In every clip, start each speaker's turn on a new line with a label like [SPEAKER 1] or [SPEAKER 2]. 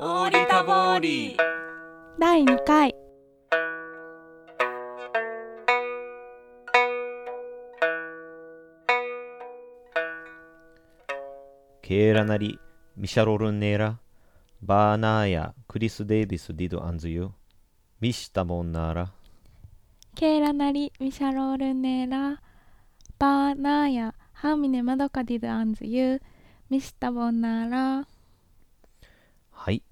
[SPEAKER 1] オーリタボーリー
[SPEAKER 2] 第2回
[SPEAKER 3] ケーラナリ、ミシャロルンネーラ、バーナーヤ、クリス・デイビス・ディド・アンズユ、ミシタモンナーラ、
[SPEAKER 2] ケーラなりミシャロールネラバーナーヤハーミネマドカディドアンズユミスタボンナーラ
[SPEAKER 3] はい、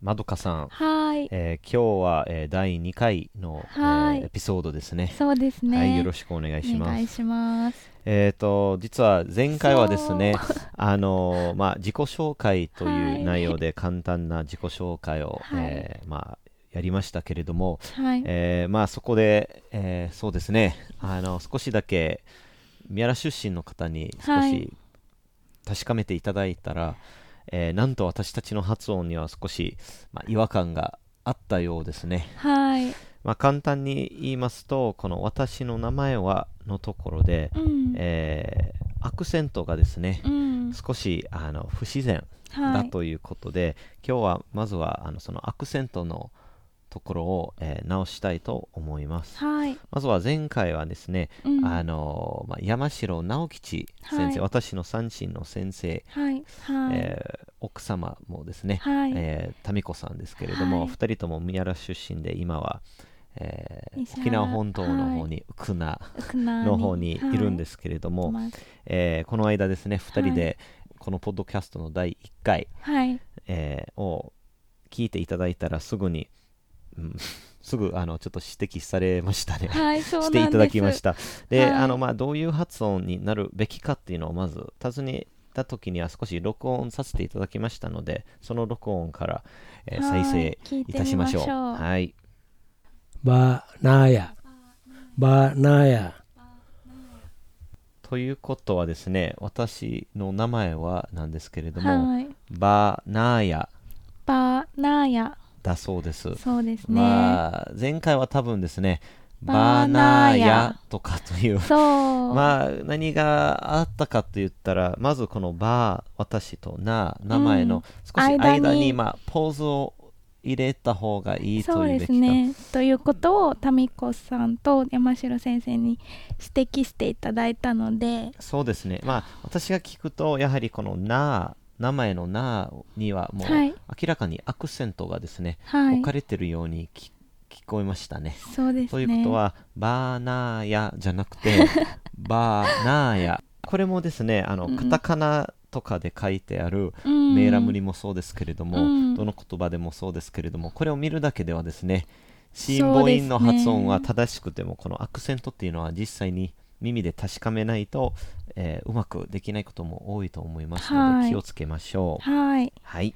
[SPEAKER 3] まどかさん、
[SPEAKER 2] はい
[SPEAKER 3] えー今日は、えー第2回の、えー
[SPEAKER 2] はい
[SPEAKER 3] エピソードですね。
[SPEAKER 2] そうですね、
[SPEAKER 3] はい、よろ
[SPEAKER 2] し
[SPEAKER 3] しくお願い
[SPEAKER 2] く
[SPEAKER 3] し
[SPEAKER 2] お
[SPEAKER 3] ま
[SPEAKER 2] 願
[SPEAKER 3] す
[SPEAKER 2] い。します
[SPEAKER 3] えっ、と、実は前回はですね
[SPEAKER 2] そ、
[SPEAKER 3] あのーまあ、自己紹介と
[SPEAKER 2] はいいう
[SPEAKER 3] 内容で簡単な自己紹介を、
[SPEAKER 2] はい
[SPEAKER 3] えーまあ、やりましたけれども、
[SPEAKER 2] はい、
[SPEAKER 3] えーまあそこで、えーそうですねあの少しだけ宮原出身の方に少
[SPEAKER 2] は
[SPEAKER 3] し
[SPEAKER 2] い
[SPEAKER 3] 確かめていただいたら、えーなんと私たちの発音には少し、まあ、違和感があったようですね、
[SPEAKER 2] はい
[SPEAKER 3] まあ、簡単に言いますとこの「私の名前は」のところで、
[SPEAKER 2] うん、
[SPEAKER 3] えーアクセントがですね
[SPEAKER 2] うん
[SPEAKER 3] 少しあの不自然
[SPEAKER 2] は
[SPEAKER 3] だ
[SPEAKER 2] い
[SPEAKER 3] ということで、今日はまずはあのそのアクセントのところを、えー直したいと思います。
[SPEAKER 2] はい、
[SPEAKER 3] まずは前回はですね、
[SPEAKER 2] うん、
[SPEAKER 3] あのまあ、山城直吉先生、
[SPEAKER 2] はい
[SPEAKER 3] 私の三親の先生、
[SPEAKER 2] はいはい、
[SPEAKER 3] えー奥様もですね、
[SPEAKER 2] はい、
[SPEAKER 3] えー民子さんですけれども、
[SPEAKER 2] はい
[SPEAKER 3] 2人とも宮良出身で今は、えー
[SPEAKER 2] 西原
[SPEAKER 3] 沖縄本島の方に、ウクナの
[SPEAKER 2] の
[SPEAKER 3] 方にいるんですけれども、えーこの間ですね2人でこのポッドキャストの第1回、
[SPEAKER 2] はい、
[SPEAKER 3] えーを聞いていただいたらすぐに、うん、 すぐあのちょっと指摘されましたね。
[SPEAKER 2] はい、そうな
[SPEAKER 3] し
[SPEAKER 2] んで
[SPEAKER 3] て
[SPEAKER 2] す
[SPEAKER 3] いただきました。で、
[SPEAKER 2] はい
[SPEAKER 3] あのまあどういう発音になるべきかっていうのをまず尋ねた時には少し録音させていただきましたので、その録音から、えー
[SPEAKER 2] は
[SPEAKER 3] 再生
[SPEAKER 2] 聞い
[SPEAKER 3] い
[SPEAKER 2] て
[SPEAKER 3] たし
[SPEAKER 2] み
[SPEAKER 3] ま
[SPEAKER 2] ま
[SPEAKER 3] し
[SPEAKER 2] し
[SPEAKER 3] ょ
[SPEAKER 2] ょ
[SPEAKER 3] う。
[SPEAKER 2] う
[SPEAKER 3] はい。
[SPEAKER 1] バーナーヤバーナーヤ
[SPEAKER 3] ということはですね、私の名前はなんですけれども、
[SPEAKER 2] はい、
[SPEAKER 3] バーナーヤ
[SPEAKER 2] バーナーヤ
[SPEAKER 3] だそうです。
[SPEAKER 2] そうですね、
[SPEAKER 3] まあ前回は多分ですね、バ
[SPEAKER 2] バ
[SPEAKER 3] ー
[SPEAKER 2] ー
[SPEAKER 3] ナ
[SPEAKER 2] ナ
[SPEAKER 3] ー
[SPEAKER 2] ー
[SPEAKER 3] ヤ
[SPEAKER 2] ヤ
[SPEAKER 3] とかという
[SPEAKER 2] そう、
[SPEAKER 3] まあ何があったかと言ったらまずこの「バー」私と「な」名前
[SPEAKER 2] う
[SPEAKER 3] の
[SPEAKER 2] ん
[SPEAKER 3] 少し間
[SPEAKER 2] 間
[SPEAKER 3] に
[SPEAKER 2] に
[SPEAKER 3] まあポーズを入れた方がいい
[SPEAKER 2] そ
[SPEAKER 3] と
[SPEAKER 2] う
[SPEAKER 3] い
[SPEAKER 2] で
[SPEAKER 3] うべ
[SPEAKER 2] す
[SPEAKER 3] きか、
[SPEAKER 2] ね。ということをタミコさんと山城先生に指摘していただいたので、
[SPEAKER 3] そうですねまあ私が聞くとやはりこの「な」名前の「な」にはもう
[SPEAKER 2] はい
[SPEAKER 3] 明らかにアクセントがですね、
[SPEAKER 2] はい
[SPEAKER 3] 置か、れてるようにき聞こえましたね。
[SPEAKER 2] そうですね。
[SPEAKER 3] ということは、バーナーヤじゃなく て、バーナーヤ。これもですね、あの、
[SPEAKER 2] うん
[SPEAKER 3] カタカナとかで書いてある、
[SPEAKER 2] うん、
[SPEAKER 3] メーラムリもそうですけれども、
[SPEAKER 2] うん
[SPEAKER 3] どの言葉でもそうですけれども、これを見るだけではです
[SPEAKER 2] そう
[SPEAKER 3] ね、シ
[SPEAKER 2] ですね
[SPEAKER 3] ンボインの発音は正しくても、このアクセントっていうのは実際に耳で確かめないと、えーうまくできないことも多いと思いますの
[SPEAKER 2] は
[SPEAKER 3] で、
[SPEAKER 2] い
[SPEAKER 3] 気をつけましょう。
[SPEAKER 2] はい、
[SPEAKER 3] はい、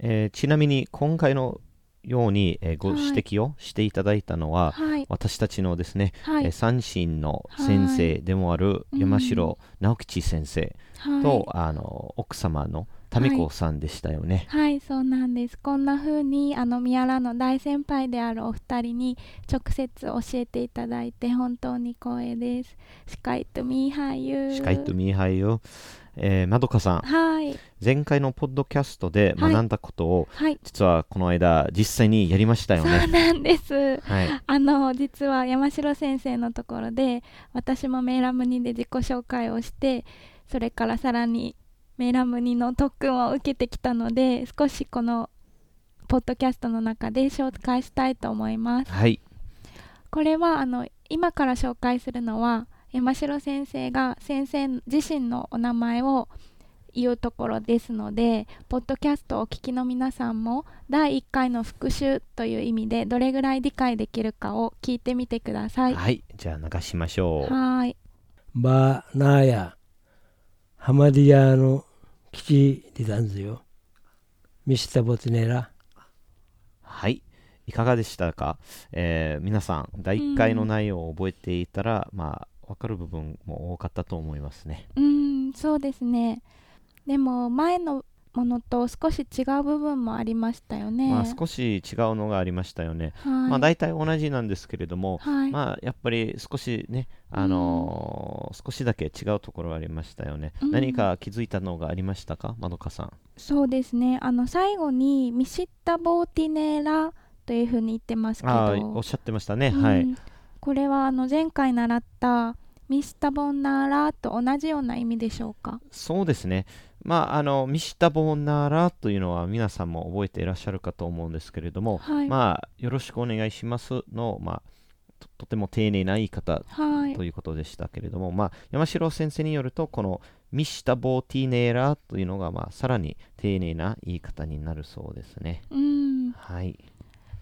[SPEAKER 3] えーちなみに今回のように、えーご
[SPEAKER 2] はい
[SPEAKER 3] 指摘をしていただいたのは、
[SPEAKER 2] はい、
[SPEAKER 3] 私たちのですね、
[SPEAKER 2] はい、
[SPEAKER 3] えー三振の先生でもある
[SPEAKER 2] うん
[SPEAKER 3] 山城直吉先生
[SPEAKER 2] はい
[SPEAKER 3] と、あの奥様の民子さんでしたよね。
[SPEAKER 2] はい、そうなんです。こんな風にあの宮良の大先輩であるお二人に直接教えていただいて本当に光栄です。司会とミーハイユー。
[SPEAKER 3] 司会とミーハイよ、えー、まどかさん
[SPEAKER 2] はい、
[SPEAKER 3] 前回のポッドキャストで学んだことを、
[SPEAKER 2] はい、
[SPEAKER 3] 実はこの間実際にやりましたよ
[SPEAKER 2] そう
[SPEAKER 3] ね。
[SPEAKER 2] なんです。
[SPEAKER 3] はい、
[SPEAKER 2] あの実は山城先生のところで私もメーラムニで自己紹介をしてそれからさらにメーラムニの特訓を受けてきたので少しこのポッドキャストの中で紹介したいと思います。
[SPEAKER 3] はい、
[SPEAKER 2] これはあの今から紹介するのは山城先生が先生自身のお名前を言うところですのでポッドキャストをお聞きの皆さんも第1回の復習という意味でどれぐらい理解できるかを聞いてみてください。は
[SPEAKER 3] はい、じゃあ流しましょう。
[SPEAKER 2] ーい
[SPEAKER 1] バーナーヤハマディヤの基地でたんですよミシタボツネラ
[SPEAKER 3] はい。いかがでしたか、えー皆さん、第1回の内容を覚えていたら、まあ、わかる部分も多かったと思いますね。
[SPEAKER 2] うーんそうですねでも前のものと少し違う部分もありましたよね。
[SPEAKER 3] まあ、少し違うのがありましたよね。
[SPEAKER 2] はい、
[SPEAKER 3] まあ、大体同じなんですけれども、
[SPEAKER 2] はい、
[SPEAKER 3] まあ、やっぱり少しね、あのー少しだけ違うところがありましたよね。
[SPEAKER 2] うん
[SPEAKER 3] 何か気づいたのがありましたか、まどかさん。
[SPEAKER 2] そうですねあの最後に「ミシッタ・ボーティネラ」というふうに言ってますけど
[SPEAKER 3] ああ、おっしゃってましたね。は
[SPEAKER 2] う
[SPEAKER 3] い。
[SPEAKER 2] んこれはあの前回習った「ミスタ・ボンナーラ」と同じような意味でしょうか
[SPEAKER 3] そうですね。まあ、あの、ミシタボーナーラというのは皆さんも覚えていらっしゃるかと思うんですけれども、
[SPEAKER 2] はい、
[SPEAKER 3] まあ、よろしくお願いしますの、まあ、ととても丁寧な言い方
[SPEAKER 2] はい
[SPEAKER 3] ということでしたけれども、まあ、山城先生によるとこのミシタボーティネーラというのが、まあ、さらに丁寧な言い方になるそうですね。
[SPEAKER 2] うん、
[SPEAKER 3] はい、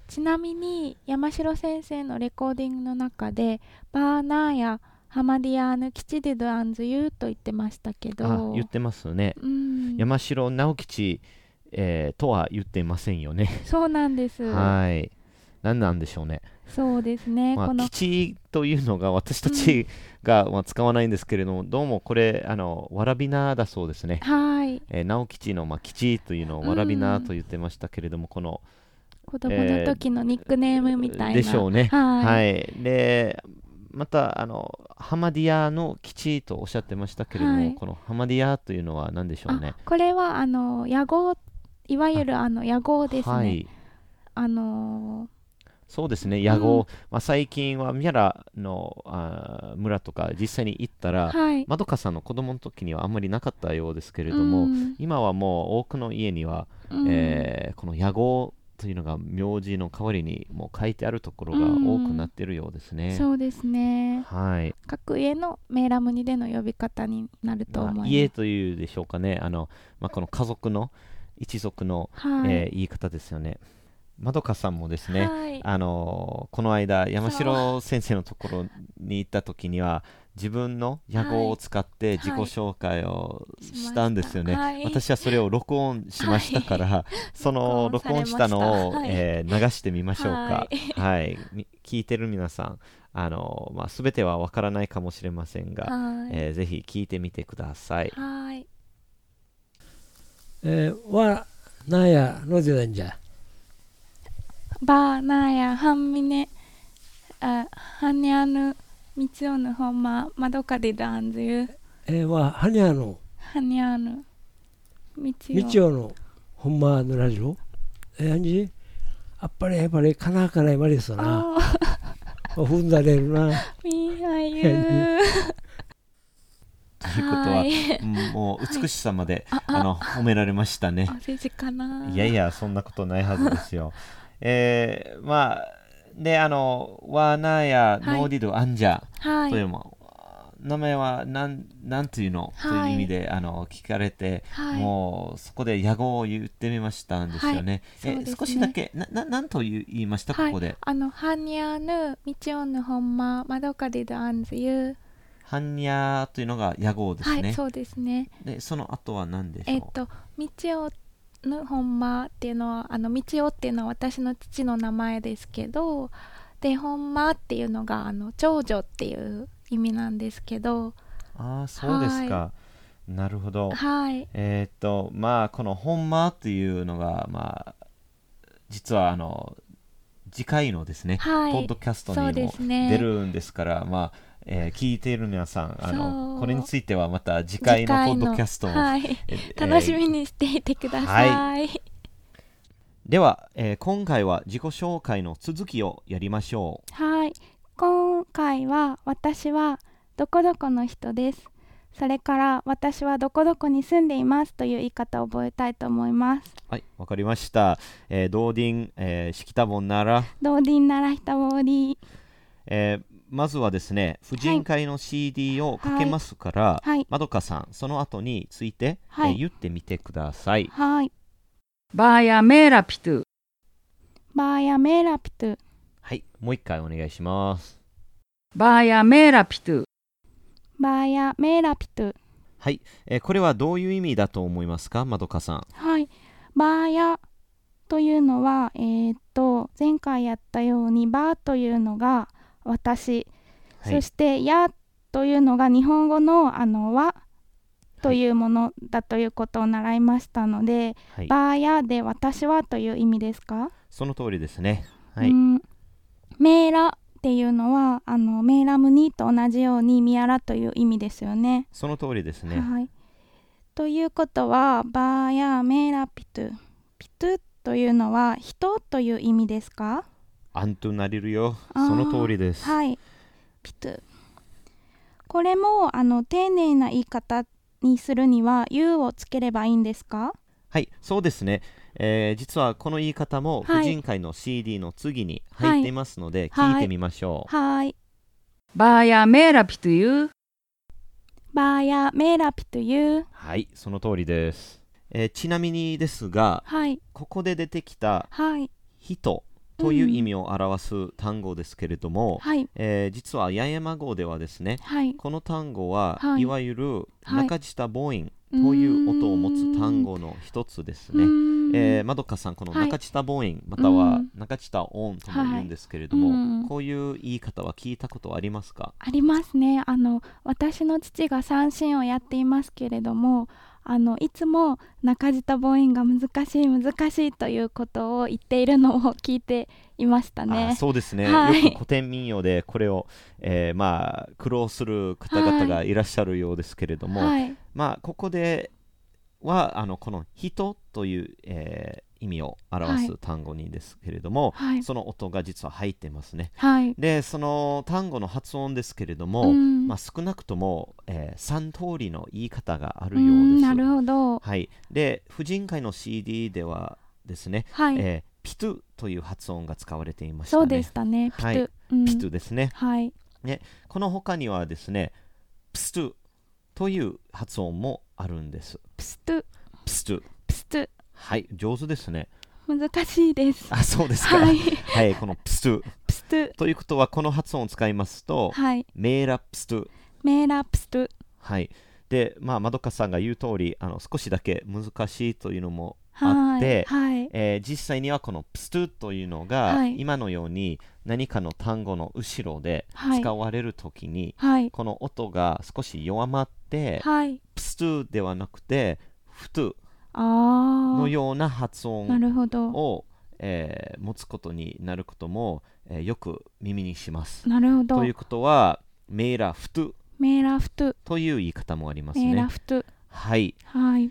[SPEAKER 2] ちなみに山城先生のレコーディングの中で「バーナーやハマディアーヌ・キチディド・アンズ・ユー」と言ってましたけ
[SPEAKER 3] あ
[SPEAKER 2] ど
[SPEAKER 3] 言ってますね。
[SPEAKER 2] うん、
[SPEAKER 3] 山城直吉、えーとは言ってませんよね。
[SPEAKER 2] そうなんです、
[SPEAKER 3] はい何なんでしょうね。
[SPEAKER 2] そうですね、
[SPEAKER 3] ま
[SPEAKER 2] こ
[SPEAKER 3] あ、
[SPEAKER 2] の
[SPEAKER 3] 基地というのが私たちが、まあ、使わないんですけれども、どうもこれ、あの、わらびなだそうですね。
[SPEAKER 2] はい
[SPEAKER 3] えー、直吉の、まあ、基地というのをわらびなと言ってましたけれども、この、
[SPEAKER 2] 子供の時のニックネームみたいな、
[SPEAKER 3] でしょうね。
[SPEAKER 2] はい、
[SPEAKER 3] はい、でまたあのハマディアの基地とおっしゃってましたけれども、
[SPEAKER 2] はい
[SPEAKER 3] このハマディアというのは何でしょうね
[SPEAKER 2] あ。これはあの野号いわゆるあの野号ですね、
[SPEAKER 3] はい、
[SPEAKER 2] あの
[SPEAKER 3] そうですね。野号、
[SPEAKER 2] うん
[SPEAKER 3] まあ最近はミャラのあー村とか実際に行った
[SPEAKER 2] ー
[SPEAKER 3] ら、
[SPEAKER 2] はい
[SPEAKER 3] まどかさんの子供の時にはあんまりなかったようですけれども、
[SPEAKER 2] うん
[SPEAKER 3] 今はもう多くの家には、
[SPEAKER 2] うん
[SPEAKER 3] えーこの野号というのが名字の代わりにもう書いてあるところが多くなっているようですね。
[SPEAKER 2] そうですね
[SPEAKER 3] はい。
[SPEAKER 2] 各家のメーラムニでの呼び方になると思い
[SPEAKER 3] ま
[SPEAKER 2] ま
[SPEAKER 3] あ
[SPEAKER 2] す
[SPEAKER 3] 家というでしょうかねあの、まあ、この家族の一族の、
[SPEAKER 2] はい、
[SPEAKER 3] えー言い方ですよねまどかさんもですね、
[SPEAKER 2] はい
[SPEAKER 3] あのーこの間山城先生のところに行った時には自分の野号を使って自己紹介をしたんですよね、
[SPEAKER 2] はい
[SPEAKER 3] 私はそれを録音しましたから、その
[SPEAKER 2] 録
[SPEAKER 3] 録
[SPEAKER 2] 音
[SPEAKER 3] 音したのを
[SPEAKER 2] されましたはい
[SPEAKER 3] えー流してみましょうか
[SPEAKER 2] は、
[SPEAKER 3] はいみ聞いてる皆さん、あのーまあ、全てはわからないかもしれませんが、
[SPEAKER 2] はい、
[SPEAKER 3] えーぜひ聞いてみてください。
[SPEAKER 2] はい
[SPEAKER 1] えーわなやのでなんじゃ。
[SPEAKER 2] バーナーやハンミネあハニャヌミツオヌホンママドカディダンズユ
[SPEAKER 1] えーわはにゃの
[SPEAKER 2] ハニャヌミツ
[SPEAKER 1] みちおのほんまのラジオ。えー、あんじあっぱれやっぱりかなかないまりですな。
[SPEAKER 2] あー
[SPEAKER 1] お踏んだれるな。
[SPEAKER 2] みは ゆ
[SPEAKER 3] ということは、うんもう美しさまで、あの褒められましたね。
[SPEAKER 2] お世辞かない
[SPEAKER 3] やいやそんなことないはずですよ。 えー、まあであのワーナーや
[SPEAKER 2] はい
[SPEAKER 3] ノーディドアンジャ
[SPEAKER 2] は
[SPEAKER 3] という
[SPEAKER 2] い
[SPEAKER 3] も、名前はなんなんていうの、
[SPEAKER 2] はい
[SPEAKER 3] という意味であの聞かれて、
[SPEAKER 2] はい
[SPEAKER 3] もうそこで野号を言ってみましたんですよね。
[SPEAKER 2] はいそう
[SPEAKER 3] え
[SPEAKER 2] ですね
[SPEAKER 3] 少しだけなななんと言いました、
[SPEAKER 2] はい
[SPEAKER 3] ここで。
[SPEAKER 2] あのハニャヌミチオヌホンママドカディダンズユ
[SPEAKER 3] ハンニャーというのが野号です
[SPEAKER 2] は
[SPEAKER 3] ね。
[SPEAKER 2] いそうですね
[SPEAKER 3] でその後は何でしょう
[SPEAKER 2] えっとみちおのほんまっていうのはあのみちおっていうのは私の父の名前ですけどでほんまっていうのがあの長女っていう意味なんですけど
[SPEAKER 3] ああそうですか。なるほど。
[SPEAKER 2] はい
[SPEAKER 3] えーっとまあこの「ほんま」っていうのがまあ実はあの次回のですね、
[SPEAKER 2] はい
[SPEAKER 3] ポッドキャスト
[SPEAKER 2] そう
[SPEAKER 3] に
[SPEAKER 2] で
[SPEAKER 3] も
[SPEAKER 2] すね
[SPEAKER 3] 出るんですからまあ、えー聞いている皆さんあ
[SPEAKER 2] そ
[SPEAKER 3] の
[SPEAKER 2] う
[SPEAKER 3] これについてはまた次回のポッドキャストを、
[SPEAKER 2] 次回のはい
[SPEAKER 3] えー
[SPEAKER 2] 楽しみにしていてください、はい、
[SPEAKER 3] では、えー今回は自己紹介の続きをやりましょう
[SPEAKER 2] 今回は私はどこどこの人ですそれから私はどこどこに住んでいますという言い方を覚えたいと思います
[SPEAKER 3] はいわかりました、えー、ドーディン、えー、しきたぼんなら
[SPEAKER 2] ドーディンナラヒタボーディ
[SPEAKER 3] えーまずはですね婦人会の CD をかけますから、
[SPEAKER 2] はい
[SPEAKER 3] まどかさんその後について、
[SPEAKER 2] はい
[SPEAKER 3] えー言ってみてください
[SPEAKER 2] はい
[SPEAKER 4] バーやメーラピトゥ。
[SPEAKER 2] バーやメーラピトゥ
[SPEAKER 3] はいもう一回お願いします
[SPEAKER 4] バーやメーラピトゥ。
[SPEAKER 2] バーやメーラピトゥ
[SPEAKER 3] はい、えーこれはどういう意味だと思いますかまどかさん
[SPEAKER 2] はいバーやというのはえーっと前回やったようにバーというのが私、
[SPEAKER 3] はい
[SPEAKER 2] そしてやというのが日本語のあの和というものだということを習いましたので、
[SPEAKER 3] はい、
[SPEAKER 2] バーやで私はという意味ですか、、
[SPEAKER 3] その通りですね。はいう
[SPEAKER 2] んメーラっていうのはあのメーラムにと同じようにミヤラという意味ですよね。
[SPEAKER 3] その通りですね。
[SPEAKER 2] はい、ということはバーやメーラピトゥピトゥというのは人という意味ですか
[SPEAKER 3] アントゥなりるよ。
[SPEAKER 2] あー
[SPEAKER 3] その通りです。
[SPEAKER 2] はいピトゥこれもあの丁寧な言い方にするには「u」をつければいいんですか
[SPEAKER 3] はい、そうですね。えー実はこの言い方も
[SPEAKER 2] はい
[SPEAKER 3] 婦人会の CD の次に入っていますので、
[SPEAKER 2] はい
[SPEAKER 3] 聞いてみましょう。
[SPEAKER 2] はい
[SPEAKER 4] バーヤメーラピトゥユ
[SPEAKER 2] バーやメーラピトゥ u
[SPEAKER 3] はい、その通りです。えーちなみにですが、
[SPEAKER 2] はい
[SPEAKER 3] ここで出てきた
[SPEAKER 2] はい
[SPEAKER 3] 人という意味を表す単語ですけれども、
[SPEAKER 2] はい
[SPEAKER 3] えー実は八重山号ではですね、
[SPEAKER 2] はい
[SPEAKER 3] この単語は、
[SPEAKER 2] はい
[SPEAKER 3] い、わゆる
[SPEAKER 2] はい
[SPEAKER 3] 中下母音という音を持つ単語の一つですね。えー、まどかさん、この
[SPEAKER 2] はい
[SPEAKER 3] 中下母音、または
[SPEAKER 2] うん
[SPEAKER 3] 中下音とも言うんですけれども、
[SPEAKER 2] はいうん
[SPEAKER 3] こういう言い方は聞いたことありますか
[SPEAKER 2] ありますねあの私の父が三振をやっていますけれどもあのいつも中舌母音が難しい難しいということを言っているのを聞いていました
[SPEAKER 3] あ
[SPEAKER 2] ね。
[SPEAKER 3] そうですね、
[SPEAKER 2] はい
[SPEAKER 3] よく古典民謡でこれを、えーまあ、苦労する方々がいらっしゃるようですけれども、
[SPEAKER 2] はい、
[SPEAKER 3] まあ、ここではあのこの「人」という、えー意味を表
[SPEAKER 2] は
[SPEAKER 3] す単語にですけれども、
[SPEAKER 2] はい、
[SPEAKER 3] その音が実は入ってますね。
[SPEAKER 2] はい、
[SPEAKER 3] でその単語の発音ですけれども、
[SPEAKER 2] うん
[SPEAKER 3] まあ、少なくとも、え3通りの言い方があ
[SPEAKER 2] う
[SPEAKER 3] るようんです。
[SPEAKER 2] なるほど、
[SPEAKER 3] はい、で婦人会の CD ではですね、
[SPEAKER 2] はい、
[SPEAKER 3] えーピトゥという発音が使われていましたね。
[SPEAKER 2] そうでしたね。ピト
[SPEAKER 3] は
[SPEAKER 2] ゥ、
[SPEAKER 3] い
[SPEAKER 2] うん
[SPEAKER 3] ピトゥですね。
[SPEAKER 2] はい、
[SPEAKER 3] この他にはですね、プストゥという発音もあるんです。
[SPEAKER 2] プストゥ、
[SPEAKER 3] プストゥ。
[SPEAKER 2] プストゥ、
[SPEAKER 3] はい、上手ですね。
[SPEAKER 2] 難しいです。
[SPEAKER 3] あ、そうですか。
[SPEAKER 2] は
[SPEAKER 3] はいい、、このプストゥ
[SPEAKER 2] プストゥ、
[SPEAKER 3] ということは、この発音を使いますと、
[SPEAKER 2] はい、
[SPEAKER 3] メーラプストゥ。
[SPEAKER 2] メーラプストゥ、
[SPEAKER 3] はい。で、まあ、まどかさんが言う通り、あの少しだけ難しいというのも、あ
[SPEAKER 2] は
[SPEAKER 3] っ
[SPEAKER 2] い、
[SPEAKER 3] て
[SPEAKER 2] はい、
[SPEAKER 3] えー実際にはこのプストゥというのが、
[SPEAKER 2] はい
[SPEAKER 3] 今のように何かの単語の後ろで
[SPEAKER 2] はい
[SPEAKER 3] 使われるときに、
[SPEAKER 2] はい、
[SPEAKER 3] この音が少し弱まって、
[SPEAKER 2] はい、
[SPEAKER 3] プストゥではなくてフトゥ
[SPEAKER 2] あ
[SPEAKER 3] の
[SPEAKER 2] あ、
[SPEAKER 3] ような発
[SPEAKER 2] な
[SPEAKER 3] 音
[SPEAKER 2] るほど。
[SPEAKER 3] を、えー持つことになることも、えーよく耳にします。
[SPEAKER 2] なるほど
[SPEAKER 3] という。ことはメーラフトゥ
[SPEAKER 2] メーラフトゥ、
[SPEAKER 3] という言い方もあります
[SPEAKER 2] メーラ
[SPEAKER 3] ね。
[SPEAKER 2] フトゥ。
[SPEAKER 3] はい。
[SPEAKER 2] はい。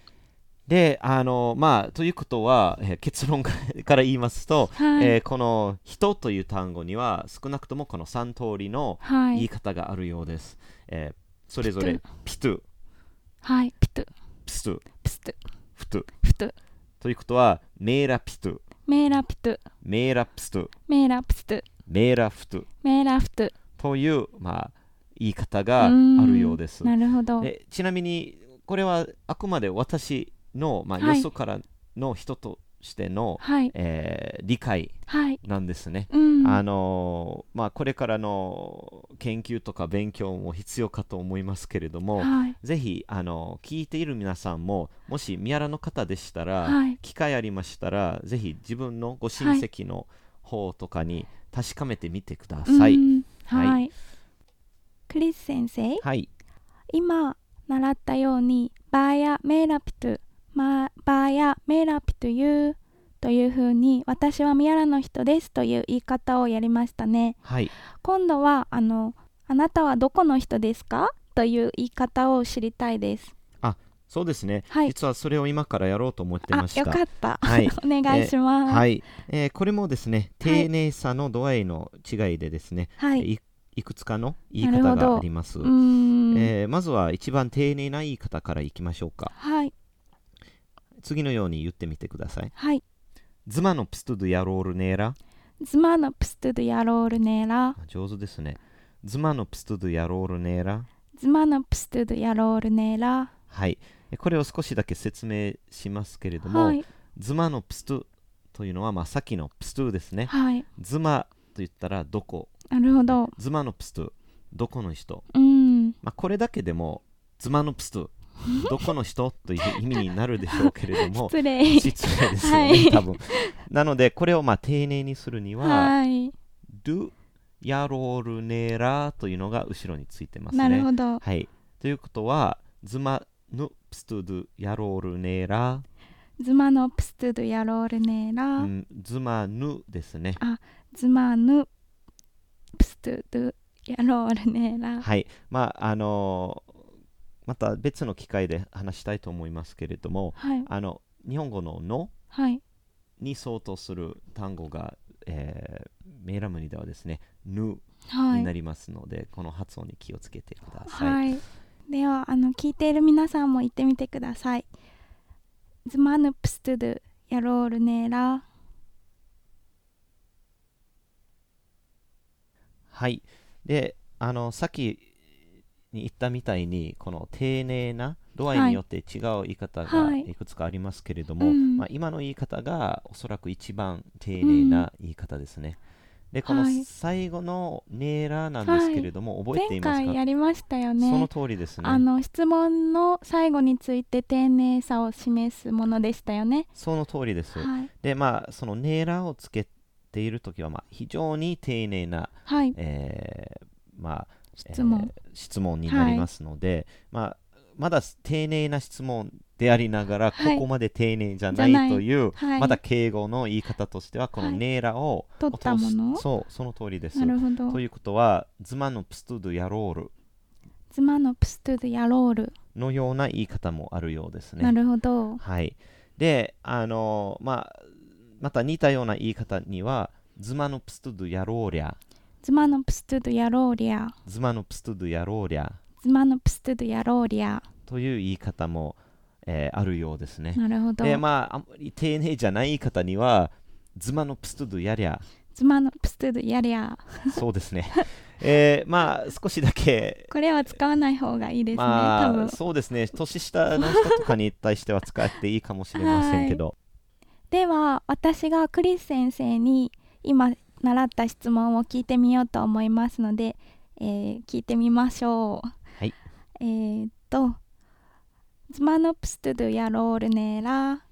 [SPEAKER 3] で、あの、まあ、ということは、えー結論から から言いますと、
[SPEAKER 2] はい。
[SPEAKER 3] えーこの「人」という単語には少なくともこの3通りの
[SPEAKER 2] は
[SPEAKER 3] 言い
[SPEAKER 2] い。
[SPEAKER 3] 方があるようです。えーそれぞれピトゥ、
[SPEAKER 2] はい。ピトゥ、
[SPEAKER 3] プストゥ、
[SPEAKER 2] プストゥ、
[SPEAKER 3] フトゥ。
[SPEAKER 2] フトゥ。
[SPEAKER 3] ということはメーラピトゥ、
[SPEAKER 2] メーラピトゥ、
[SPEAKER 3] メーラプストゥ、
[SPEAKER 2] メーラプストゥ、
[SPEAKER 3] メーラフトゥ
[SPEAKER 2] メーラフトゥ。
[SPEAKER 3] という、まあ、言い方があ
[SPEAKER 2] うーん
[SPEAKER 3] るようです。
[SPEAKER 2] なるほど。
[SPEAKER 3] えちなみにこれはあくまで私の、まあ、
[SPEAKER 2] は
[SPEAKER 3] よ
[SPEAKER 2] い
[SPEAKER 3] そからの人としての、
[SPEAKER 2] はい。
[SPEAKER 3] えー理解
[SPEAKER 2] はい。
[SPEAKER 3] なんですね。
[SPEAKER 2] うん。
[SPEAKER 3] あのーまあ、これからの研究とか勉強も必要かと思いますけれども、
[SPEAKER 2] はい。
[SPEAKER 3] ぜひ、あの聞いている皆さんももし宮原の方でしたら、
[SPEAKER 2] はい。
[SPEAKER 3] 機会ありましたらぜひ自分のご親戚の方とかに確かめてみてください。
[SPEAKER 2] うん
[SPEAKER 3] はい
[SPEAKER 2] はい。クリス先生、
[SPEAKER 3] はい、
[SPEAKER 2] 今習ったように、バーやメーラピトゥ、まバーやメーラピトゥユーというふうに、私はミヤラの人ですという言い方をやりましたね。
[SPEAKER 3] はい、
[SPEAKER 2] 今度はあの「あなたはどこの人ですか?」という言い方を知りたいです。
[SPEAKER 3] そうですね、
[SPEAKER 2] はい
[SPEAKER 3] 実はそれを今からやろうと思って
[SPEAKER 2] あ
[SPEAKER 3] ました。
[SPEAKER 2] よかった、
[SPEAKER 3] はい
[SPEAKER 2] お願いします。、
[SPEAKER 3] はいい、えーこれもですね、
[SPEAKER 2] はい
[SPEAKER 3] 丁寧さの度合いの違いでですね、
[SPEAKER 2] はい、
[SPEAKER 3] いいくつかの言い
[SPEAKER 2] なる
[SPEAKER 3] 方
[SPEAKER 2] ほど
[SPEAKER 3] があります
[SPEAKER 2] う。ーん、
[SPEAKER 3] えーまずは一番丁寧な言い方からいきましょうか。
[SPEAKER 2] はい
[SPEAKER 3] 次のように言ってみてください。
[SPEAKER 2] はい。
[SPEAKER 3] ズマのプストゥドゥヤロールネーラ。
[SPEAKER 2] ズマのプストゥドゥヤロールネーラ、
[SPEAKER 3] あ上手ですね。ズマのプストゥドゥヤロールネーラ。
[SPEAKER 2] ズマのプストゥドゥヤロールネーラ。
[SPEAKER 3] はい。えこれを少しだけ説明しますけれども、
[SPEAKER 2] はい
[SPEAKER 3] ズマのプストゥというのは、まあ、さっきのプストゥですね。
[SPEAKER 2] はい。
[SPEAKER 3] ズマと言ったらどこ。
[SPEAKER 2] なるほど。
[SPEAKER 3] ズマのプストゥ、どこの人。
[SPEAKER 2] うん。
[SPEAKER 3] まあ、これだけでも、ズマのプストゥ、どこの人という意味になるでしょうけれど も、
[SPEAKER 2] 失礼。
[SPEAKER 3] 失礼ですよね、
[SPEAKER 2] はい
[SPEAKER 3] 多分。なので、これをまあ丁寧にするには、
[SPEAKER 2] はい。
[SPEAKER 3] ドゥ・ヤロールネラというのが後ろについてますね。
[SPEAKER 2] なるほど。
[SPEAKER 3] はい。ということは、ズマヌプストゥドゥヤロールネーラ、
[SPEAKER 2] ズマノプストゥドゥヤロールネー
[SPEAKER 3] う
[SPEAKER 2] ラ、
[SPEAKER 3] ん、ズマヌですね。
[SPEAKER 2] ズマヌプストゥドゥヤロールネーラ。
[SPEAKER 3] はい、まああのまた別の機会で話したいと思いますけれども、
[SPEAKER 2] はい、
[SPEAKER 3] あの日本語のの
[SPEAKER 2] はい、
[SPEAKER 3] に相当する単語が、えーメイラムニではですね、ぬ
[SPEAKER 2] はい
[SPEAKER 3] にな。りますので、この発音に気をつけてください。
[SPEAKER 2] はい、ではあの聞いている皆さんも言ってみてください。ズマヌプストゥドゥヤロールネーラ。
[SPEAKER 3] はい。で、あの、さっきに言ったみたいに、この丁寧な度合い
[SPEAKER 2] はい
[SPEAKER 3] によって違う言い方
[SPEAKER 2] は
[SPEAKER 3] が
[SPEAKER 2] い
[SPEAKER 3] いくつかありますけれども、
[SPEAKER 2] うん
[SPEAKER 3] まあ、今の言い方がおそらく一番丁寧な言い方ですね。で、この
[SPEAKER 2] はい
[SPEAKER 3] 最後のネーラーなんですけれども、覚えて
[SPEAKER 2] 前
[SPEAKER 3] いますか
[SPEAKER 2] 回やりましたよ
[SPEAKER 3] その
[SPEAKER 2] ね。
[SPEAKER 3] 通りです
[SPEAKER 2] あ
[SPEAKER 3] ね。
[SPEAKER 2] の質問の最後について丁寧さを示すものでしたよね。
[SPEAKER 3] その通りです。
[SPEAKER 2] はい、
[SPEAKER 3] で、まあ、そのネーラーをつけているときは、まあ、非常に丁寧な、
[SPEAKER 2] はい、
[SPEAKER 3] えーまあ、
[SPEAKER 2] 質問。
[SPEAKER 3] えー質問になりますので、まあ、まだ丁寧な質問でありながら、
[SPEAKER 2] はい
[SPEAKER 3] ここまで丁寧じゃ
[SPEAKER 2] じ
[SPEAKER 3] な
[SPEAKER 2] ゃない
[SPEAKER 3] いという、
[SPEAKER 2] はい、
[SPEAKER 3] まだ敬語の言い方としてはこの
[SPEAKER 2] はい
[SPEAKER 3] ネーラを
[SPEAKER 2] 取ったもの
[SPEAKER 3] 通すそうその通りです
[SPEAKER 2] なるほど
[SPEAKER 3] と。いうことはズマのプストゥドゥヤロール
[SPEAKER 2] ズマのプストゥドゥヤロール。
[SPEAKER 3] のような言い方もあるようですね
[SPEAKER 2] なるほど。
[SPEAKER 3] はいであのまあまた似たような言い方にはズマのプストゥドゥヤローリャ
[SPEAKER 2] ズマのプストゥドゥヤローリア。
[SPEAKER 3] ズマのプストゥドゥヤローリャ
[SPEAKER 2] ズマのプストゥドゥヤローリア。
[SPEAKER 3] という言い方も、えーあるようですね
[SPEAKER 2] なるほど。
[SPEAKER 3] でまああんまり丁寧じゃない方にはズマのプストゥドゥやりゃ
[SPEAKER 2] ズマのプストゥドゥヤリア。
[SPEAKER 3] そうです ねえーまあ少しだけ
[SPEAKER 2] これは使わない方がいいですね、多
[SPEAKER 3] まあ
[SPEAKER 2] 分
[SPEAKER 3] そうですね年下の人とかに対しては使っていいかもしれませんけど
[SPEAKER 2] では私がクリス先生に今習った質問を聞いてみようと思いますので、えー聞いてみましょう
[SPEAKER 3] はい
[SPEAKER 2] えーっと「ズマノプストゥドゥヤロールネーラ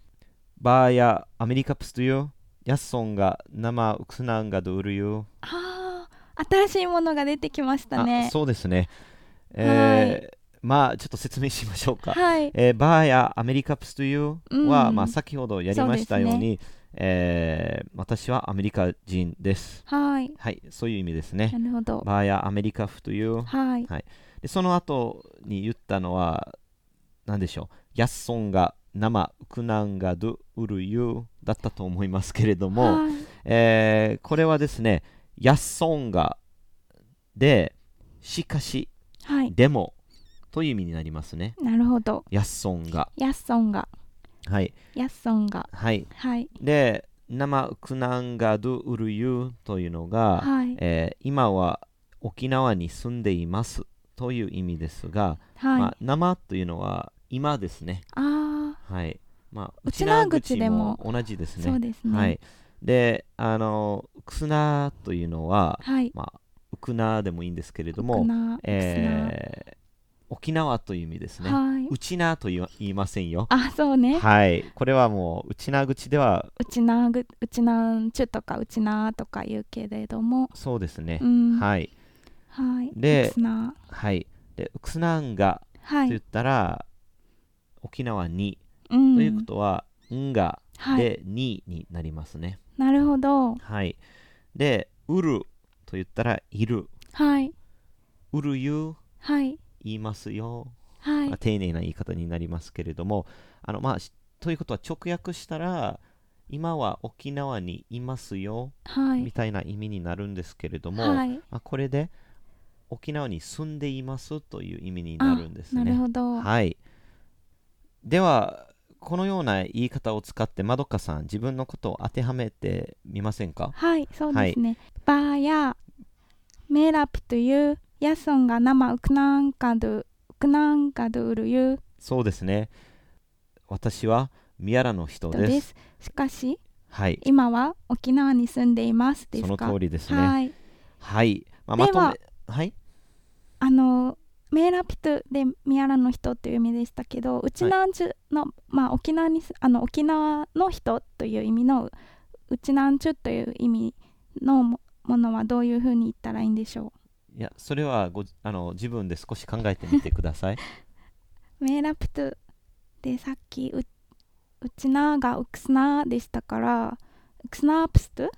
[SPEAKER 3] バーやアメリカプストゥよヤッソンが生ウクスナンがドゥルよ、」
[SPEAKER 2] あー新しいものが出てきました
[SPEAKER 3] あ
[SPEAKER 2] ね
[SPEAKER 3] そうですねえーまあちょっと説明しましょうか、
[SPEAKER 2] はい
[SPEAKER 3] えーバーやアメリカプストゥユーは、
[SPEAKER 2] うん
[SPEAKER 3] まあ、先ほどやりましたようにえー私はアメリカ人です。
[SPEAKER 2] はい
[SPEAKER 3] はい、そういう意味ですね
[SPEAKER 2] な。るほど
[SPEAKER 3] バーやアメリカフという。
[SPEAKER 2] はい
[SPEAKER 3] で、その後に言ったのは、何でしょう。ヤッソンが生ウクナンガドゥウルユーだったと思いますけれども、
[SPEAKER 2] はい
[SPEAKER 3] えーこれはですね、ヤッソンがで、しかし、
[SPEAKER 2] はい
[SPEAKER 3] でもという意味になりますね。
[SPEAKER 2] なるほど
[SPEAKER 3] ヤッソンが。
[SPEAKER 2] ヤッソンが
[SPEAKER 3] はい。
[SPEAKER 2] ヤッソンが
[SPEAKER 3] はい。
[SPEAKER 2] はい
[SPEAKER 3] で、生ウクナンガドゥウルユーというのが、
[SPEAKER 2] はい
[SPEAKER 3] えー今は沖縄に住んでいますという意味ですが、
[SPEAKER 2] はい、
[SPEAKER 3] まあ、生というのは今ですね。
[SPEAKER 2] あー
[SPEAKER 3] はい。まあ、
[SPEAKER 2] 内縄口でも
[SPEAKER 3] 内縄口同じです
[SPEAKER 2] そう
[SPEAKER 3] ね。
[SPEAKER 2] ですね
[SPEAKER 3] はい。で、あの、クスナーというのは、
[SPEAKER 2] はい
[SPEAKER 3] まあ、ウクナーでもいいんですけれど
[SPEAKER 2] ク
[SPEAKER 3] も、
[SPEAKER 2] ナーク
[SPEAKER 3] えー沖縄という意味です
[SPEAKER 2] ス
[SPEAKER 3] ね
[SPEAKER 2] ナ。ーはい
[SPEAKER 3] ウチナーと言わ言いませんよ。
[SPEAKER 2] あそうね
[SPEAKER 3] はい。これはもう、内縄口では
[SPEAKER 2] うちなぐうちなんちゅとかうちなとか言うけれども
[SPEAKER 3] そうですね
[SPEAKER 2] う。んい
[SPEAKER 3] はい。
[SPEAKER 2] はい
[SPEAKER 3] で
[SPEAKER 2] うちな
[SPEAKER 3] はい。で、ウクスナンが
[SPEAKER 2] は
[SPEAKER 3] って言
[SPEAKER 2] い
[SPEAKER 3] ったら、沖縄に
[SPEAKER 2] うん
[SPEAKER 3] ということは、んが
[SPEAKER 2] はい
[SPEAKER 3] でにになりますね。
[SPEAKER 2] なるほど
[SPEAKER 3] はい。で、うると言ったら、いる。
[SPEAKER 2] はい
[SPEAKER 3] うるゆう、
[SPEAKER 2] はい
[SPEAKER 3] 言いますよ。
[SPEAKER 2] はい
[SPEAKER 3] まあ、丁寧な言い方になりますけれども、あの、まあ、しということは直訳したら、今は沖縄にいますよ、
[SPEAKER 2] は
[SPEAKER 3] み
[SPEAKER 2] い
[SPEAKER 3] たいな意味になるんですけれども、
[SPEAKER 2] はい
[SPEAKER 3] まあ、これで、沖縄に住んでいますという意味になるんですね。
[SPEAKER 2] なるほど
[SPEAKER 3] はい。では、このような言い方を使って、まどかさん、自分のことを当てはめてみませんか
[SPEAKER 2] はいそうですねバーやメラピというヤソンが生ウクナンカドゥウクナンカドゥウルユ
[SPEAKER 3] そうですね。私は宮良の人
[SPEAKER 2] と
[SPEAKER 3] です。
[SPEAKER 2] ですしかし
[SPEAKER 3] はい。
[SPEAKER 2] 今は沖縄に住んでいますです
[SPEAKER 3] そ
[SPEAKER 2] か
[SPEAKER 3] の通りですね。はい。
[SPEAKER 2] はい
[SPEAKER 3] まあ、
[SPEAKER 2] で
[SPEAKER 3] ま
[SPEAKER 2] は
[SPEAKER 3] とめ、はい。
[SPEAKER 2] あのメーラピトゥでミアラの人という意味でしたけどうちなんちゅの、まあ沖縄にすあの沖縄の人という意味のうちなんちゅという意味のもものはどういうふうに言ったらいいんでしょ
[SPEAKER 3] いや、それはごあの自分で少し考えてみてください。
[SPEAKER 2] うメーラピトゥでさっきう「うちな」が「うくすな」でしたから「うくすなプスト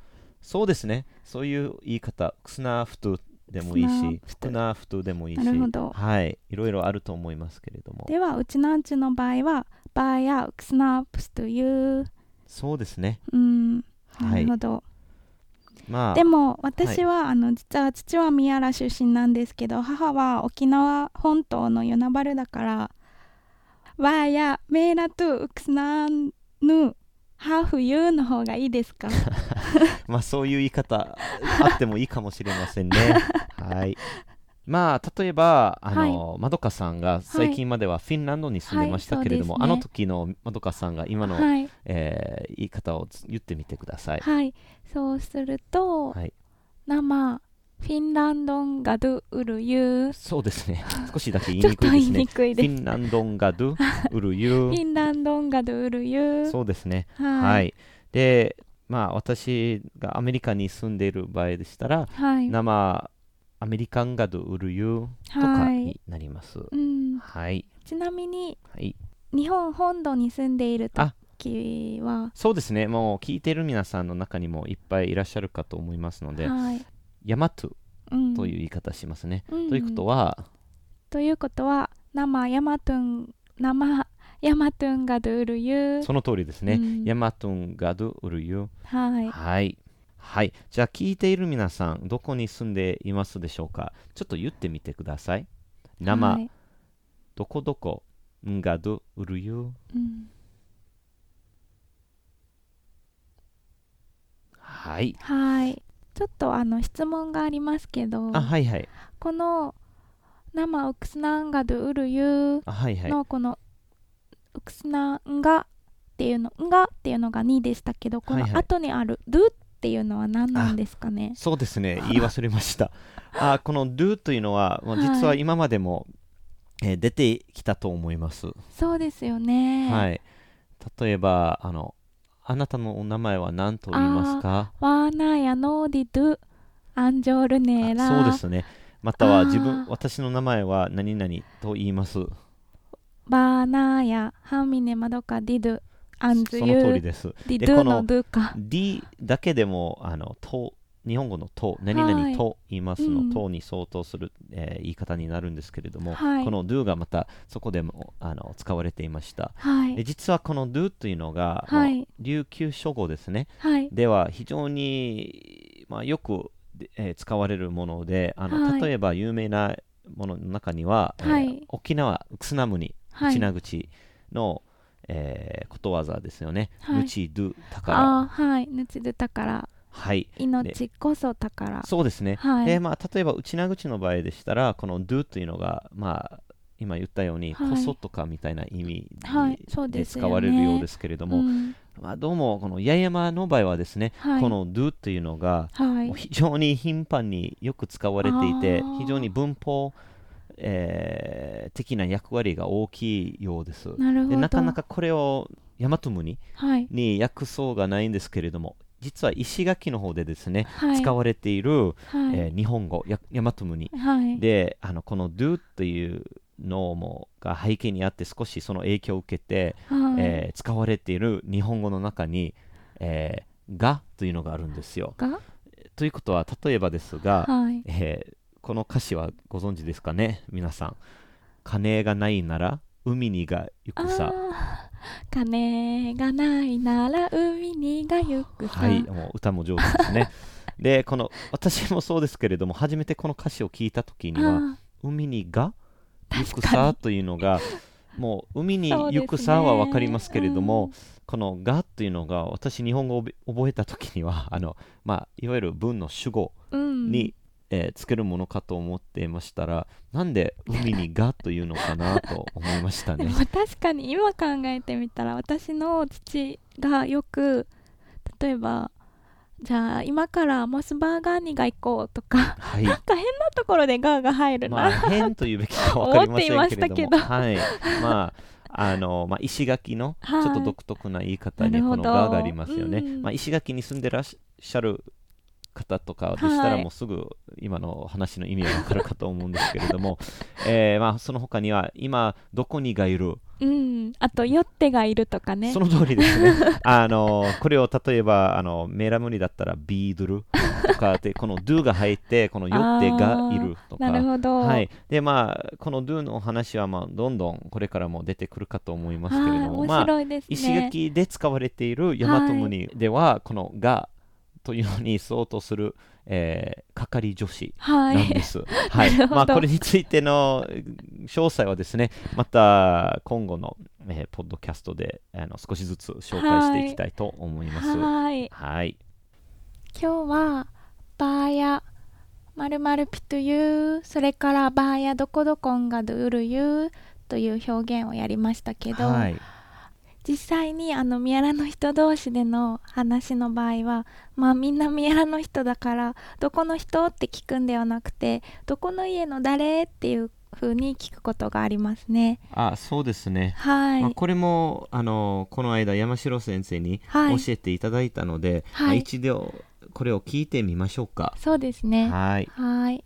[SPEAKER 3] そうですね。そういう言い方、クスナーフトゥでもいいし、
[SPEAKER 2] クスナーフ
[SPEAKER 3] フ
[SPEAKER 2] トゥ
[SPEAKER 3] クナーフトゥでもいいし、
[SPEAKER 2] なるほど
[SPEAKER 3] はい、いろいろあると思いますけれども」、
[SPEAKER 2] では「うちなーんちゅ」の場合は「ばーやうくすなプストいう
[SPEAKER 3] そうですね。」
[SPEAKER 2] うんな
[SPEAKER 3] は
[SPEAKER 2] る
[SPEAKER 3] い
[SPEAKER 2] ほ。ど、
[SPEAKER 3] まあ、
[SPEAKER 2] でも私は、あの実は父は宮良出身なんですけど母は沖縄本島の与那原だから「わーやメーラトゥウクスナーヌハーフユー」の方がいいですか
[SPEAKER 3] まあそういう言 い方あってもいいかもしれませんね。はい。まあ例えばあの、まどかさんが最近まではフィンランドに住んでましたけれども、
[SPEAKER 2] はいそうですね
[SPEAKER 3] あの時のまどかさんが今の、
[SPEAKER 2] はい
[SPEAKER 3] えー言い方をつ言ってみてください。
[SPEAKER 2] はいそうすると
[SPEAKER 3] はい。
[SPEAKER 2] 「生フィンランドンガドゥウルユー
[SPEAKER 3] そうで すね。少しだけ言」い
[SPEAKER 2] ちょっ
[SPEAKER 3] にく
[SPEAKER 2] と
[SPEAKER 3] いで
[SPEAKER 2] 言
[SPEAKER 3] す
[SPEAKER 2] い
[SPEAKER 3] ね
[SPEAKER 2] に。くい
[SPEAKER 3] フ
[SPEAKER 2] です
[SPEAKER 3] ィンランドンガドゥウルユ
[SPEAKER 2] フ
[SPEAKER 3] ー。
[SPEAKER 2] ィンランドンガドゥウルユー
[SPEAKER 3] そうですね。は
[SPEAKER 2] はい
[SPEAKER 3] い。で、まあ私がアメリカに住んでいる場合でしたら、
[SPEAKER 2] はい
[SPEAKER 3] 生アメリカンガドウルユーとか
[SPEAKER 2] はい
[SPEAKER 3] になります。
[SPEAKER 2] うん、
[SPEAKER 3] はい。
[SPEAKER 2] ちなみに
[SPEAKER 3] はい、
[SPEAKER 2] 日本本土に住んでいる
[SPEAKER 3] あ
[SPEAKER 2] 時は
[SPEAKER 3] そうですね、もう聞いてる皆さんの中にもいっぱいいらっしゃるかと思いますので、
[SPEAKER 2] はい
[SPEAKER 3] ヤマト
[SPEAKER 2] うん、
[SPEAKER 3] という言い方しますね。
[SPEAKER 2] うん
[SPEAKER 3] ということは、
[SPEAKER 2] ということは生ヤマトゥン生ヤマトゥンがドゥールユー
[SPEAKER 3] その通りですね。
[SPEAKER 2] うん
[SPEAKER 3] ヤマトンガドウルユ。
[SPEAKER 2] はい
[SPEAKER 3] はい。はい。じゃあ、聞いている皆さん、どこに住んでいますでしょうかちょっと言ってみてください。生、
[SPEAKER 2] はい
[SPEAKER 3] どこどこ、んがどウルユ。
[SPEAKER 2] うん
[SPEAKER 3] はい。
[SPEAKER 2] はいちょっとあの質問がありますけど
[SPEAKER 3] あ、はいはい。
[SPEAKER 2] この生ウクスナンガドゥールユ
[SPEAKER 3] あ、はいは
[SPEAKER 2] ー
[SPEAKER 3] い。
[SPEAKER 2] のこの、ウクスナンガっていうのンガっていうのが2でしたけどこの
[SPEAKER 3] はいはい
[SPEAKER 2] 後にあるドゥっていうのは何なんですかね
[SPEAKER 3] そうで すね、言い忘れました。あこの do というのは、まあ
[SPEAKER 2] はい
[SPEAKER 3] 実は今までも、えー出てきたと思います。
[SPEAKER 2] そうですよね
[SPEAKER 3] はい、例えばあの、あなたのお名前は何と言いますか
[SPEAKER 2] わーなやのーディドゥアンジョールネーラ
[SPEAKER 3] あそうですね。または
[SPEAKER 2] あー
[SPEAKER 3] 自分、私の名前は何々と言います。
[SPEAKER 2] バーナーやハンミネマドカディドゥアンズ
[SPEAKER 3] そ
[SPEAKER 2] ユ
[SPEAKER 3] の通り
[SPEAKER 2] ー
[SPEAKER 3] です。
[SPEAKER 2] ディ
[SPEAKER 3] で
[SPEAKER 2] ドゥ
[SPEAKER 3] この
[SPEAKER 2] のドゥか
[SPEAKER 3] D だけでも、あのと日本語のと、何々と言いますの、
[SPEAKER 2] うん
[SPEAKER 3] とに相当する、えー言い方になるんですけれども、
[SPEAKER 2] はい
[SPEAKER 3] この do がまたそこでもあの使われていました。
[SPEAKER 2] は
[SPEAKER 3] で
[SPEAKER 2] い
[SPEAKER 3] 実はこの do というのが、
[SPEAKER 2] はい
[SPEAKER 3] まあ琉球書語ですね。
[SPEAKER 2] はい
[SPEAKER 3] では非常に、まあ、よく、でえー使われるもので、あの
[SPEAKER 2] はい
[SPEAKER 3] 例えば有名なものの中には、えー
[SPEAKER 2] はい
[SPEAKER 3] 沖縄、クスナムニ、
[SPEAKER 2] は
[SPEAKER 3] チ
[SPEAKER 2] い
[SPEAKER 3] ナ口の、えーことわざですよね。
[SPEAKER 2] はい
[SPEAKER 3] ぬちどたから。
[SPEAKER 2] あーはいぬちど宝
[SPEAKER 3] はい。
[SPEAKER 2] 命こそ宝
[SPEAKER 3] そうですね。
[SPEAKER 2] は
[SPEAKER 3] で
[SPEAKER 2] い
[SPEAKER 3] まあ、例えば、内名口の場合でしたら、この do というのが、まあ、今言ったように、
[SPEAKER 2] はい
[SPEAKER 3] こそとかみたいな意味
[SPEAKER 2] はいそう
[SPEAKER 3] で
[SPEAKER 2] です
[SPEAKER 3] 使
[SPEAKER 2] よね
[SPEAKER 3] われるようですけれども、
[SPEAKER 2] うん
[SPEAKER 3] まあ、どうもこの八重山の場合はですね、
[SPEAKER 2] はい
[SPEAKER 3] この do というのが
[SPEAKER 2] はい
[SPEAKER 3] 非常に頻繁によく使われていて
[SPEAKER 2] あー
[SPEAKER 3] 非常に文法、えー的な役割が大きいようです
[SPEAKER 2] なるほ
[SPEAKER 3] で
[SPEAKER 2] ど
[SPEAKER 3] なかなかこれをヤマトムニ
[SPEAKER 2] はい
[SPEAKER 3] に訳そうがないんですけれども実は石垣の方でですね、
[SPEAKER 2] はい
[SPEAKER 3] 使われている、
[SPEAKER 2] は
[SPEAKER 3] えー
[SPEAKER 2] い
[SPEAKER 3] 日本語やヤマトムニ
[SPEAKER 2] はい
[SPEAKER 3] であのこの do というのもが背景にあって少しその影響を受けて、
[SPEAKER 2] はい
[SPEAKER 3] えー使われている日本語の中に「えーが」というのがあるんですよ。
[SPEAKER 2] が
[SPEAKER 3] ということは例えばですが、
[SPEAKER 2] はい
[SPEAKER 3] えーこの歌詞はご存知ですかね皆さん。金がないなら海にが行
[SPEAKER 2] あ
[SPEAKER 3] くさ。
[SPEAKER 2] ー金がないなら海にが行くさ
[SPEAKER 3] はい、もう歌も上手で すね。で、この私もそうですけれども、初めてこの歌詞を聞いた時には、
[SPEAKER 2] あ
[SPEAKER 3] 海にが行
[SPEAKER 2] 確
[SPEAKER 3] く
[SPEAKER 2] か
[SPEAKER 3] さ
[SPEAKER 2] に
[SPEAKER 3] というの が、もう海に
[SPEAKER 2] そうですね
[SPEAKER 3] 行くさは分かりますけれども、この「が」というのが私日本語を覚え覚えた時には あの、まあ、いわゆる文の主語
[SPEAKER 2] うん
[SPEAKER 3] に、えーつけるものかと思っていましたらなんで海に「が」というのかなと思いました
[SPEAKER 2] で
[SPEAKER 3] ね
[SPEAKER 2] も。確かに今考えてみたら私の父がよく例えばじゃあ今からモスバーガーにが行こうとか
[SPEAKER 3] はい
[SPEAKER 2] そんなところでガーが入る
[SPEAKER 3] まあ
[SPEAKER 2] な、
[SPEAKER 3] 変というべきか分かりませんけれ
[SPEAKER 2] 思ってい
[SPEAKER 3] ど
[SPEAKER 2] まし
[SPEAKER 3] も
[SPEAKER 2] たけ
[SPEAKER 3] はいまああのまあ、石垣のち
[SPEAKER 2] はい
[SPEAKER 3] ょっと独特な言い方に
[SPEAKER 2] なる
[SPEAKER 3] こ
[SPEAKER 2] ほ
[SPEAKER 3] の「
[SPEAKER 2] ど
[SPEAKER 3] が」がありますよね。
[SPEAKER 2] うん
[SPEAKER 3] まあ、石垣に住んでらっしゃる方とかでしたら
[SPEAKER 2] はい
[SPEAKER 3] もうすぐ今の話 の意味が分かるかと思うんですけれども、えーまあ、その他には今どこにがいる
[SPEAKER 2] うん、あとヨッテがいるとかね
[SPEAKER 3] その通りですね。 あのこれを例えばあのメラムリだったらビードルとかでこのドゥが入ってこのヨッテがいるとか
[SPEAKER 2] なる。ほど、
[SPEAKER 3] はい、でまあこのドゥのお話は、まあ、どんどんこれからも出てくるかと思いますけれど
[SPEAKER 2] あー
[SPEAKER 3] も、
[SPEAKER 2] 面
[SPEAKER 3] まあ、
[SPEAKER 2] 白いですね、
[SPEAKER 3] 石垣で使われている大和ムでは、この「が」というのに相当する、えー係女子
[SPEAKER 2] は
[SPEAKER 3] なん
[SPEAKER 2] い
[SPEAKER 3] です。はい。
[SPEAKER 2] なるほど
[SPEAKER 3] まあ、これについてのえー詳細はですね、また今後の、えーポッドキャストであの少しずつ紹介していきたいと思います。はい。
[SPEAKER 2] はい今日はバーヤまるまるピトゥユーそれからバーヤどこどこんがドゥルユーという表現をやりましたけど、
[SPEAKER 3] はい。
[SPEAKER 2] 実際にあの宮良の人同士での話の場合はまあみんな宮良の人だからどこの人って聞くんではなくてどこの家の誰っていう風に聞くことがありますね
[SPEAKER 3] あ、そうですね。
[SPEAKER 2] はい、
[SPEAKER 3] まあ、これもあのこの間山城先生に
[SPEAKER 2] はい
[SPEAKER 3] 教えていただいたので、
[SPEAKER 2] はい
[SPEAKER 3] まあ一度これを聞いてみましょうか。
[SPEAKER 2] そうですねは
[SPEAKER 3] はい。
[SPEAKER 2] い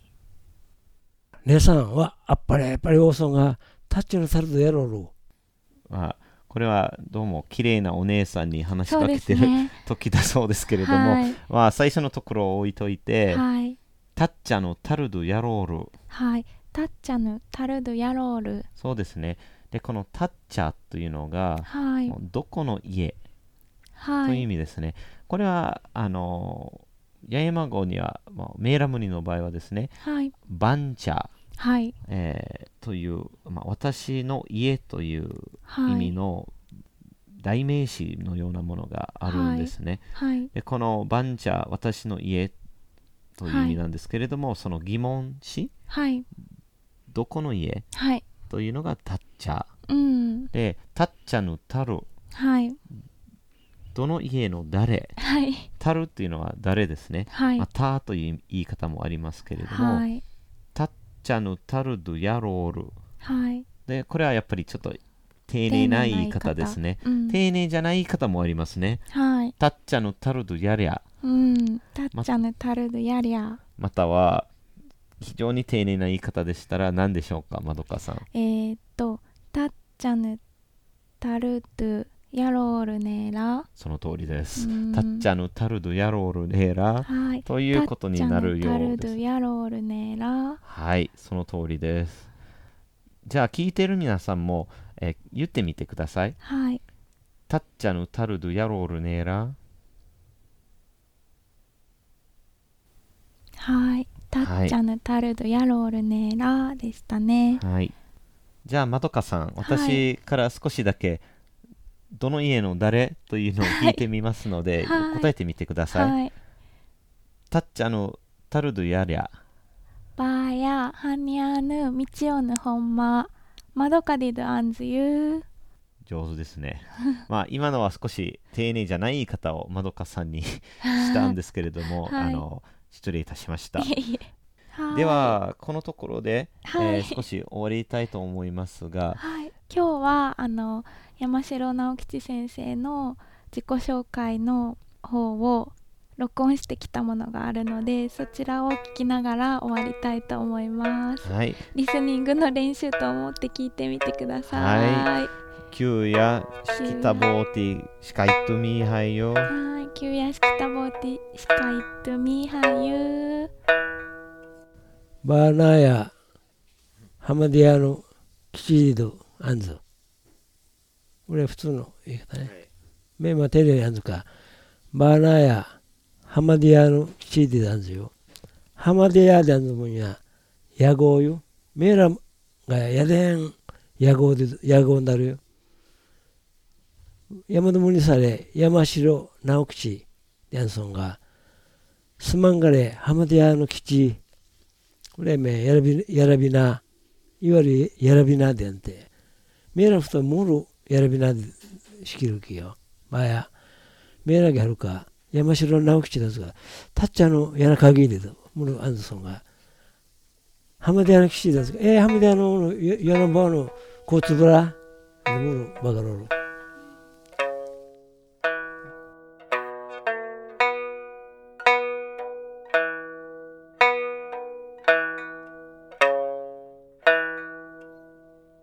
[SPEAKER 1] 姉さんはあっぱれやっぱりオーソンがタッチのサルドやろろ
[SPEAKER 3] まあこれはどうも綺麗なお姉さんに話し
[SPEAKER 2] そ
[SPEAKER 3] か
[SPEAKER 2] うで
[SPEAKER 3] け
[SPEAKER 2] す
[SPEAKER 3] てる、
[SPEAKER 2] ね
[SPEAKER 3] 時だそうですけれども、
[SPEAKER 2] はい
[SPEAKER 3] まあ最初のところを置いといて、
[SPEAKER 2] はい
[SPEAKER 3] タッチャのタルドヤロール
[SPEAKER 2] はいタッチャヌタルドヤロール
[SPEAKER 3] そうですねでこのタッチャというのが、
[SPEAKER 2] はい
[SPEAKER 3] もうどこの家と
[SPEAKER 2] は
[SPEAKER 3] いう
[SPEAKER 2] い
[SPEAKER 3] 意味ですね、これはあの八重山号には、まあ、メーラムニの場合はですね
[SPEAKER 2] はい
[SPEAKER 3] バンチャ、
[SPEAKER 2] はい
[SPEAKER 3] えーという、まあ、私の家という
[SPEAKER 2] はい
[SPEAKER 3] 意味の代名詞のようなものがあるんですね、
[SPEAKER 2] はい
[SPEAKER 3] でこのバンチャ私の家という意味なんですけれども、その疑問詞
[SPEAKER 2] はい
[SPEAKER 3] どこの家
[SPEAKER 2] はい
[SPEAKER 3] というのがタッチャ
[SPEAKER 2] うん
[SPEAKER 3] でタッチャのタル
[SPEAKER 2] はい
[SPEAKER 3] どの家の誰
[SPEAKER 2] はい
[SPEAKER 3] タルっていうのは誰ですね、
[SPEAKER 2] はい
[SPEAKER 3] まあ、タという言い方もありますけれども、
[SPEAKER 2] はい
[SPEAKER 3] タッチャのタルドヤロール
[SPEAKER 2] はい
[SPEAKER 3] でこれはやっぱりちょっと丁寧な言い方ですね
[SPEAKER 2] うん
[SPEAKER 3] 丁寧じゃない言い方もありますね
[SPEAKER 2] はい
[SPEAKER 3] タッチャのタルドヤリャ
[SPEAKER 2] うん、たっちゃぬたるるやりゃ、
[SPEAKER 3] または非常に丁寧な言い方でしたら何でしょうかまどかさん
[SPEAKER 2] えー、っと、たっちゃぬたるるやろうるねら、
[SPEAKER 3] その通りです、
[SPEAKER 2] うん
[SPEAKER 3] タッチャのタルドヤロールネーラ
[SPEAKER 2] はい、
[SPEAKER 3] ということになるよ
[SPEAKER 2] たっちゃ
[SPEAKER 3] う
[SPEAKER 2] ぬ
[SPEAKER 3] で
[SPEAKER 2] た
[SPEAKER 3] す
[SPEAKER 2] るるやろうるねら、
[SPEAKER 3] はい、その通りです。じゃあ聞いてる皆さんも、えー言ってみてください。
[SPEAKER 2] はい、
[SPEAKER 3] タッチャヌタルドヤロールネーラ。
[SPEAKER 2] はい、たっちゃぬたるるやろうるねらでしたね。
[SPEAKER 3] はい。じゃあまどかさん、私から少しだけ、どの家の誰というのを聞いてみますので、
[SPEAKER 2] はい
[SPEAKER 3] 答えてみてください。
[SPEAKER 2] はい、
[SPEAKER 3] タッチャヌタルドヤリャ。
[SPEAKER 2] ばーやはにゃぬみちおぬほんま、まどかでどあんずゆ
[SPEAKER 3] 上手で すね。まあ今のは少し丁寧じゃない言い方をまどかさんにしたんですけれども、
[SPEAKER 2] はい
[SPEAKER 3] あの失礼いたしました
[SPEAKER 2] ー。。いえいえい
[SPEAKER 3] で、はこのところで、
[SPEAKER 2] はい
[SPEAKER 3] えー少し終わりたいと思いますが
[SPEAKER 2] はい、今日はあの山城直吉先生の自己紹介の方を録音してきたものがあるのでそちらを聞きながら終わりたいと思います
[SPEAKER 3] はい
[SPEAKER 2] リスニングの練習と思って聞いてみてください
[SPEAKER 3] は
[SPEAKER 2] はい
[SPEAKER 3] 旧やしきたぼうてィしかいとみはよ
[SPEAKER 2] キュウヤシキタボーティシカイトゥミーハイユー
[SPEAKER 1] バーナーやハマディアのキチリドアンズこれは普通の言い方ね、メンマテレアンズかバーナーやハマディアのキチリドアンズよハマディアでアンズもんや野号よメーラがやでん野号で野号になるよ山田森され山城直吉でアンソンがすまんがれハマディアの基地これめやらびやらびな、いわゆるやらびなでんて。メラフとモルやらびなでしきるきよ。まあや、メラギャルか、山城直吉ですが、タッチャーのやらかぎりと、モルアンズソンが。ハマデヤの騎士ですが、えー、ハマデヤのやらばの、こうつぶら、モルバガロール。